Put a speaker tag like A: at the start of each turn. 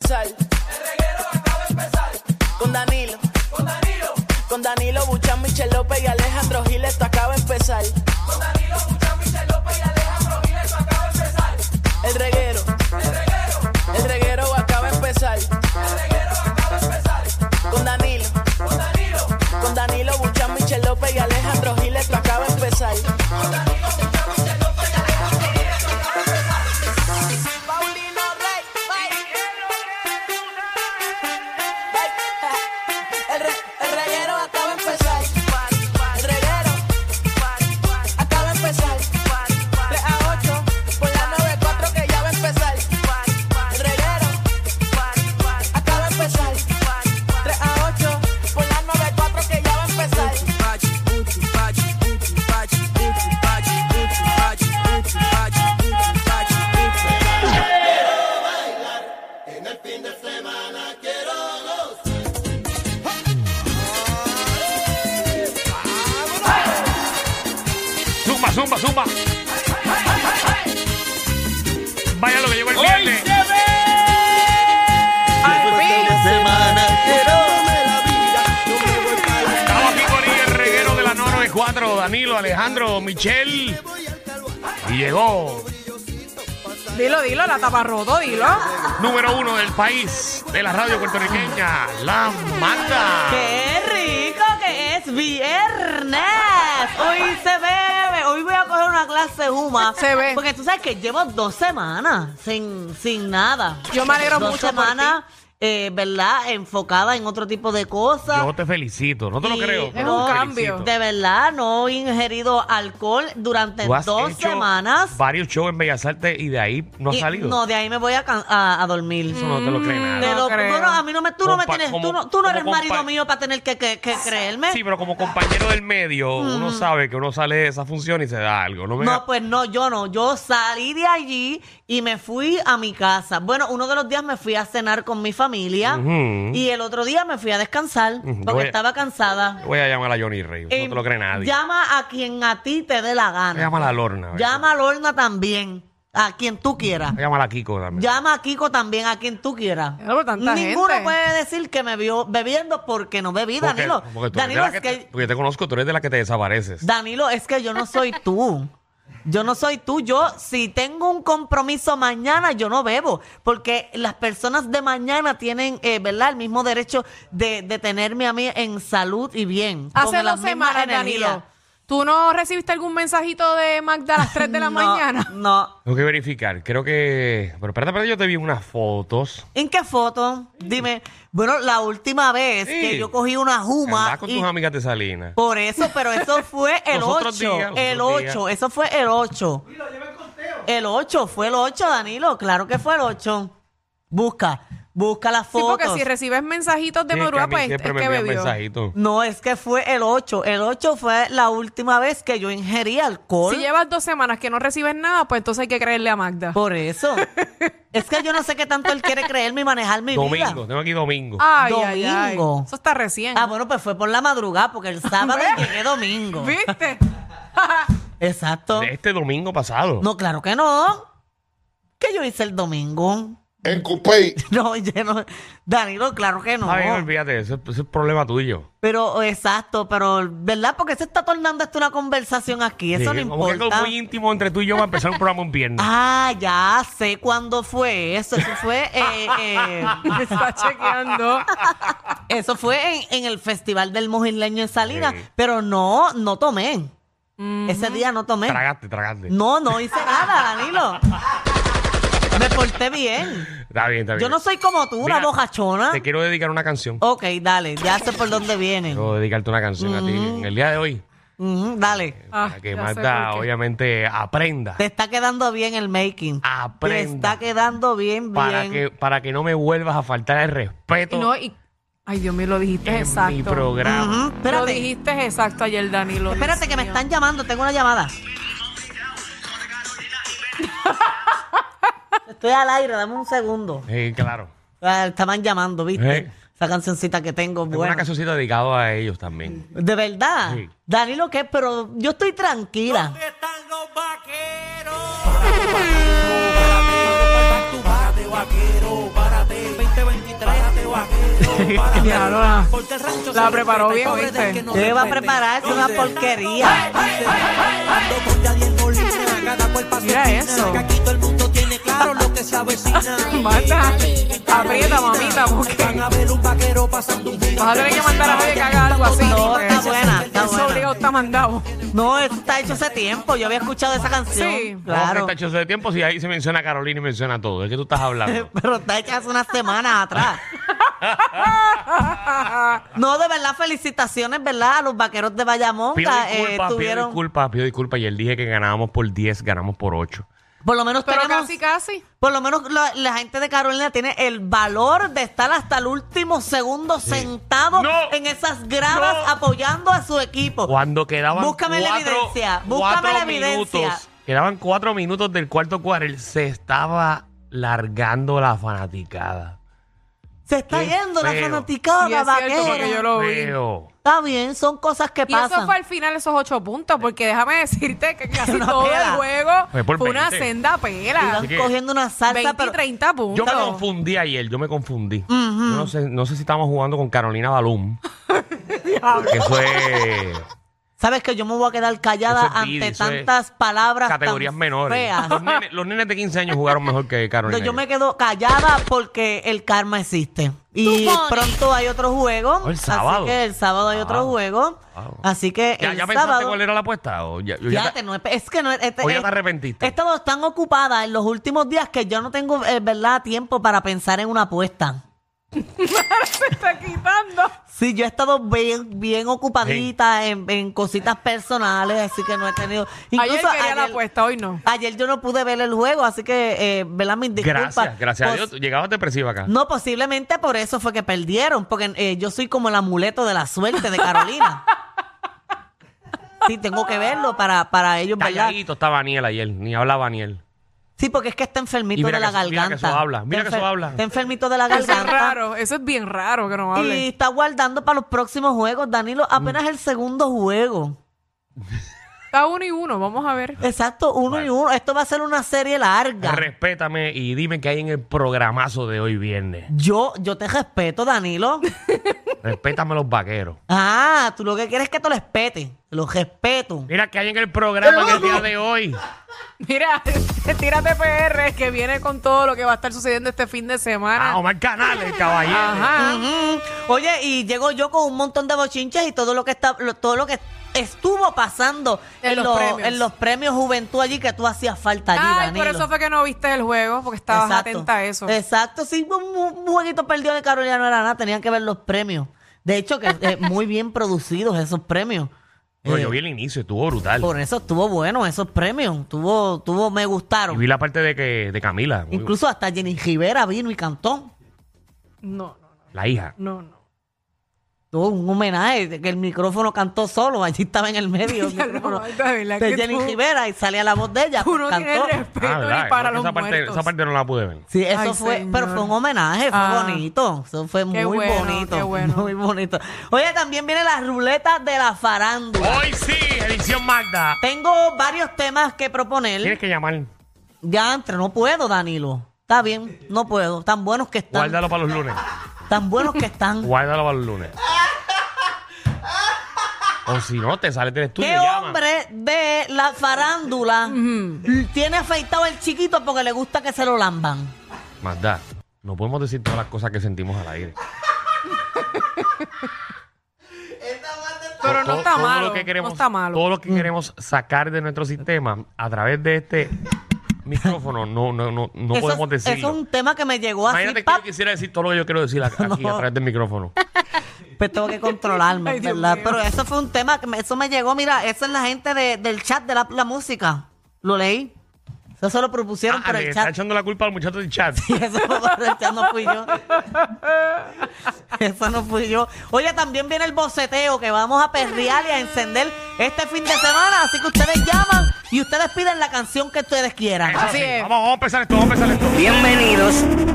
A: empezar. El reguero acaba de empezar. Con Danilo. Con Danilo. Con Danilo Buchan, Michel López y Alejandro Gil, esto acaba de empezar. Con Danilo Buchan, Michel López y Alejandro Gil, esto acaba de empezar. El reguero. El reguero. El reguero acaba de empezar. El reguero acaba de empezar. Con Danilo. Con Danilo. Con Danilo Buchan, Michel López y Alejandro Gil, esto acaba de empezar. Con Danilo Buchan, Michel López y Alejandro Gil, esto acaba de empezar. Paulino Rey, El, re- el reguero acaba de empezar. El reguero acaba de empezar. 3 a 8 por la 94 que ya va a empezar. El reguero acaba de empezar. 3 a 8 por la 94 que ya va a empezar.
B: Zumba, zumba, zumba. Vaya lo que llegó el viernes. Estamos aquí con el reguero de la 994, Danilo, Alejandro, Michelle. Y llegó
C: Dilo, dilo, la tapa roto, dilo.
B: número uno del país de la radio puertorriqueña, La Manda.
D: ¡Qué rico que es viernes! Hoy se bebe. Hoy voy a coger una clase Juma.
C: Se ve.
D: Porque tú sabes que llevo dos semanas sin, sin nada.
C: Yo me alegro
D: dos
C: mucho por
D: semanas, eh, ¿verdad? Enfocada en otro tipo de cosas.
B: Yo te felicito, no te lo
D: Y
B: creo.
D: es
B: pero
D: un
B: te
C: cambio.
B: felicito.
D: de verdad, no he ingerido alcohol durante
B: Tú has
D: dos
B: hecho
D: semanas.
B: Varios shows en Bellas Artes y de ahí no ha
D: Y-
B: salido.
D: No, Mm, de ahí me voy a, can- a- a dormir.
B: Eso no te lo cree
D: Te
B: nada.
C: Mm, No
D: lo-
C: creo.
D: bueno, a mí no me, tú no me
B: Compa-
D: tienes,
B: como-
D: tú no, tú no
B: como
D: eres marido
B: compa-
D: mío para tener que, que- que creerme.
B: Sí, pero como compañero del medio, uno sabe que uno sale de esa función y se da algo. No, me
D: No, pues no, yo no. Yo salí de allí y me fui a mi casa. Bueno, uno de los días me fui a cenar con mi familia
B: Ujú.
D: y el otro día me fui a descansar
B: Ujú.
D: porque
B: Voy-
D: estaba cansada.
B: Voy a llamar a Johnny Rey,
D: Eh,
B: no te lo cree nadie.
D: Llama a quien a ti te dé la gana.
B: Llama a la Lorna.
D: Llama a Lorna también, a quien tú quieras.
B: Llama a la Kiko también.
D: Llama a Kiko también, a quien tú quieras.
C: Ya, pero tanta
D: Ninguno
C: gente.
D: puede decir que me vio bebiendo porque no bebí,
B: Porque-
D: Danilo.
B: porque tú eres de
D: Danilo,
B: la
D: es que,
B: que te- porque yo te conozco, tú eres de la que te desapareces.
D: Danilo, es que yo no soy tú. Yo no soy tú. Yo, si tengo un compromiso mañana, yo no bebo. Porque las personas de mañana tienen, eh, ¿verdad?, el mismo derecho de, de tenerme a mí en salud y bien. con
C: Hace
D: las
C: dos
D: mismas
C: semanas,
D: energías.
C: Danilo. ¿Tú no recibiste algún mensajito de Magda a las 3 de
D: No,
C: la mañana?
D: No.
B: Tengo que verificar. Creo que. Pero espérate, espérate, yo te vi unas fotos.
D: ¿En qué foto? Dime. Bueno, la última vez
B: Sí.
D: que yo cogí una juma.
B: Andás con
D: y-
B: tus amigas de Salinas.
D: Por eso, pero eso fue el
B: Los otros
D: 8.
B: días, los
D: El
B: otros días.
D: 8, eso fue el 8. El 8, fue el 8, Danilo, claro que fue el 8. Busca, busca las
C: Sí,
D: fotos.
C: porque si recibes mensajitos de
B: Sí, es que a
C: Morúa,
B: mí
C: pues es
B: siempre
C: que
B: me envían
C: bebió.
B: mensajitos.
D: No, es que fue el 8. El 8 fue la última vez que yo ingerí alcohol.
C: Si llevas dos semanas que no recibes nada, pues entonces hay que creerle a Magda.
D: Por eso. es que yo no sé qué tanto él quiere creerme y manejar mi vida. Ah,
B: Domingo, tengo aquí domingo.
C: Ay, ay, ay.
D: Domingo.
C: Eso está recién.
D: Ah, bueno, pues fue por la madrugada, porque el sábado llegué domingo.
C: ¿Viste?
D: Exacto.
B: De este domingo pasado.
D: No, claro que no. ¿Qué yo hice el domingo?
E: En Coupey.
D: No, yo no. Danilo, claro que no.
B: Está bien, olvídate, ese, ese es problema tuyo.
D: Pero, exacto, pero, ¿verdad? Porque se está tornando esto una conversación aquí, eso
B: Sí,
D: no
B: como que es algo
D: importa.
B: muy íntimo entre tú y yo va a empezar un programa un viernes.
D: Ah, ya sé cuándo fue eso. Eso fue, eh, eh,
C: Me está chequeando.
D: eso fue en, en el Festival del Mojisleño en Salinas,
B: Sí.
D: pero no, no tomé. Ese día no tomé.
B: Tragaste, tragaste.
C: Mm.
D: No, no hice nada, Danilo. Me porté bien.
B: Está bien, está bien.
D: Yo no soy como tú, una
B: Mira,
D: bojachona.
B: Te quiero dedicar una
C: Oh.
B: canción.
D: Ok, dale, ya sé por dónde viene.
B: Quiero dedicarte una canción a ti en el día de hoy.
D: Ujú, dale.
C: Mm. Ah,
B: para que
C: ya sé
B: Magda,
C: por qué.
B: obviamente, aprenda.
D: Te está quedando bien el making. Te
B: Aprenda.
D: está quedando bien, bien.
B: para que para que no me vuelvas a faltar el respeto
C: Y no, y... Ay, Dios mío, lo dijiste
B: en
C: exacto.
B: mi programa.
D: Ujú,
C: Lo
D: Espérate,
C: dijiste exacto ayer, Danilo.
D: espérate
C: Dios
D: que me
C: mío.
D: están llamando, tengo una llamada. Estoy al aire, dame un segundo.
B: Sí, claro.
D: Ah, estaban llamando, ¿viste?
B: Eh.
D: Esa cancioncita que tengo,
B: Tengo
D: buena.
B: una cancioncita dedicada a ellos también.
C: Mm,
D: De verdad.
B: Sí.
D: Danilo, ¿qué? Pero yo estoy tranquila.
F: Párate, párate, párate, vaquero, párate. 20,
C: Diablo,
E: Porque el rancho
C: La
E: se
C: preparó
E: respeta y
C: bien,
E: pobre
C: ¿oíste?
E: del que no
D: ¿Qué va a
E: respete.
D: preparar? Es una
E: Entonces,
D: porquería.
E: ando con Yadiel Molina, cada cual pa' su
C: Mira
E: esquina,
C: eso.
E: que aquí todo el mundo tiene claro lo que se avecina.
C: basta. Aprieta, mamita,
E: Van
C: porque
E: a ver un vaquero pasando un
C: vas a tener que mandar a Javi que haga algo así.
D: No,
C: porque
D: está buena, está
C: Eso obligado
D: buena.
C: está mandado.
D: No, eso está hecho hace tiempo. Yo había escuchado esa canción.
C: Sí.
D: Claro.
B: Está hecho hace tiempo si ahí se menciona a Carolina y menciona todo. ¿De qué tú estás hablando?
D: Pero está hecha hace unas semanas atrás. No, de verdad, felicitaciones, ¿verdad? A los vaqueros de Bayamón.
B: Pido
D: ca- eh,
B: disculpas, pido
D: tuvieron,
B: disculpas, pido disculpas. Y él dije que ganábamos por 10, ganamos por 8.
D: por lo menos
C: Pero
D: tenemos-
C: casi, casi.
D: por lo menos la, la gente de Carolina tiene el valor de estar hasta el último segundo sentado
B: No.
D: en esas gradas
B: No.
D: apoyando a su equipo.
B: Cuando quedaban
D: Búscame la
B: cuatro,
D: evidencia,
B: cuatro
D: búscame la evidencia.
B: minutos, quedaban cuatro minutos del cuarto cuarto, se estaba largando la fanaticada.
D: Se está
B: Qué
D: yendo la
B: feo.
D: fanaticada
C: Y es cierto, porque yo
D: vaquera.
C: lo vi.
B: Feo.
D: Está bien, son cosas que
C: Y eso
D: pasan.
C: fue al final esos ocho puntos, porque déjame decirte que casi
D: Una
C: todo el
D: pela.
C: juego
B: Fue
C: fue,
B: por
C: una
B: 20.
C: senda
D: Iban
C: pela.
B: Así que-
D: cogiendo una salsa,
C: 20
D: pero...
C: 30
B: Yo
C: puntos.
B: me confundí ayer, yo me confundí. Yo no, sé, no sé si estábamos jugando con Carolina Balum. que fue
D: Sabes que yo me voy a quedar callada
B: Eso es
D: ante
B: Didi, eso es
D: tantas palabras tan
B: categorías menores.
D: feas.
B: Los nenes, los nenes de 15 años jugaron mejor que Carolina.
D: Yo me
B: ayer.
D: quedo callada porque el karma existe. Y pronto hay otro juego.
B: Oh, el sábado.
D: Así que el sábado hay otro
B: Wow.
D: juego.
B: Wow.
D: Así que
B: ¿Ya,
D: Ah, el
B: ya pensaste
D: sábado.
B: cuál era la apuesta? ¿O ya- ya-
D: Fíjate, no, es- es que no es- este-
B: o ya
D: es-
B: te arrepentiste?
D: He estado tan ocupada en los últimos días que yo no tengo, eh, ¿verdad?, tiempo para pensar en una apuesta.
C: Se está quitando.
D: Sí, yo he estado bien, bien ocupadita en, en cositas personales, así que no he tenido.
C: Ayer quería la
D: ayer-
C: apuesta, hoy no.
D: Ayer yo no pude ver el juego, así que, eh, ¿verdad? Mis disculpas.
B: gracias, gracias a
D: Pos-
B: Dios. Llegabas depresiva acá.
D: No, posiblemente por eso fue que perdieron, porque eh, yo soy como el amuleto de la suerte de Carolina. sí, tengo que verlo para, para ellos, ¿verdad?
B: Calladito estaba Aniel ayer, ni hablaba Aniel.
D: Sí, porque es que está enfermito
B: Y mira
D: de la
B: que eso- mira
D: garganta.
B: que eso habla, mira
D: Está
B: que eso
D: enfer-
B: habla.
D: Está enfermito de la
C: Eso es
D: garganta.
C: raro, eso es bien raro que no
D: Y
C: hable.
D: está guardando para los próximos juegos, Danilo. Apenas el segundo juego.
C: Está uno y uno, vamos a ver.
D: Exacto, uno y uno. Esto va a ser una serie larga.
B: Respétame y dime qué hay en el programazo de hoy viernes.
D: Yo, yo te respeto, Danilo.
B: Respétame los vaqueros.
D: Ah, tú lo que quieres es que te lo respeten. Lo respeto.
B: Mira qué hay en el programa en el día de hoy.
C: Mira, tírate PR que viene con todo lo que va a estar sucediendo este fin de
B: Ah,
C: semana.
B: Omar Canales, caballero.
C: Ajá.
D: Ujú. Oye, y llego yo con un montón de bochinches y todo lo que está, lo- todo lo que estuvo pasando
C: En los premios.
D: en los premios Juventud allí que tú hacías falta allí,
C: Ay,
D: Danilo.
C: por eso fue que no viste el juego, porque estabas
D: Exacto.
C: atenta a eso.
D: Exacto, sí, un, un jueguito perdido de Carolina no era nada, tenían que ver los premios. De hecho, que eh, muy bien producidos esos premios.
B: Pero
D: Eh,
B: yo vi el inicio, estuvo brutal.
D: Por eso estuvo bueno esos premios, tuvo, tuvo, me
B: Y
D: gustaron.
B: vi la parte de que de Camila, muy-
D: Incluso hasta Jenny Rivera vino y cantó.
C: No, no,
B: la hija.
C: no, no.
D: Tuvo un homenaje, de que el micrófono cantó solo, allí estaba en el medio. el
C: Ya no,
D: micrófono.
C: de
D: de
C: verdad que
D: Jenny
C: tú-
D: Rivera y salía la voz de ella.
C: Tú no
D: pues,
C: tienes
D: cantó.
C: respeto
B: Ah, ¿verdad?
C: ni
B: Creo que
C: para los
B: esa, parte,
C: muertos.
B: esa parte no la pude ver.
D: Sí, eso
C: Ay,
D: fue,
C: señor.
D: pero fue un homenaje, fue
C: Ah.
D: bonito, eso fue muy
C: Qué bueno,
D: bonito,
C: qué bueno.
D: muy bonito. Oye, también viene la ruleta de la farándula.
B: Hoy sí, edición Magda.
D: Tengo varios temas que
B: Tienes
D: proponer.
B: que llamar.
D: Ya entre, no puedo, Danilo. Está bien, no puedo. Tan buenos que están,
B: Guárdalo para los lunes.
D: tan buenos que están.
B: Guárdalo para los lunes. O si no, te sales del estudio.
D: ¿Qué
B: y llamas.
D: hombre de la farándula tiene afeitado el chiquito porque le gusta que se lo lamban?
B: Magda, no podemos decir todas las cosas que sentimos al aire.
C: Pero no
B: Todo-
C: está
B: todo lo
C: malo.
B: que queremos-
C: no está malo.
B: Todo lo que queremos sacar de nuestro sistema a través de este micrófono, no, no, no, no
D: Eso es-
B: podemos decirlo.
D: Eso es un tema que me llegó así,
B: Imagínate que
D: pap,
B: yo quisiera decir todo lo que yo quiero decir aquí a través del micrófono.
D: Pues tengo que controlarme,
C: Ay, Dios
D: ¿verdad?
C: mío.
D: Pero eso fue un tema que me- eso me llegó. Mira, eso es la gente de- del chat de la, la música. Lo leí. Eso se lo propusieron
B: Ah,
D: por
B: le
D: el
B: está
D: chat.
B: echando la culpa al muchacho del chat.
D: Y eso fue por el chat, no fui yo. Eso no fui yo. Oye, también viene el boceteo que vamos a perrear y a encender este fin de semana. Así que ustedes llaman y ustedes piden la canción que ustedes quieran.
C: Así es.
B: Vamos, vamos a empezar esto, vamos a empezar esto.
F: Bienvenidos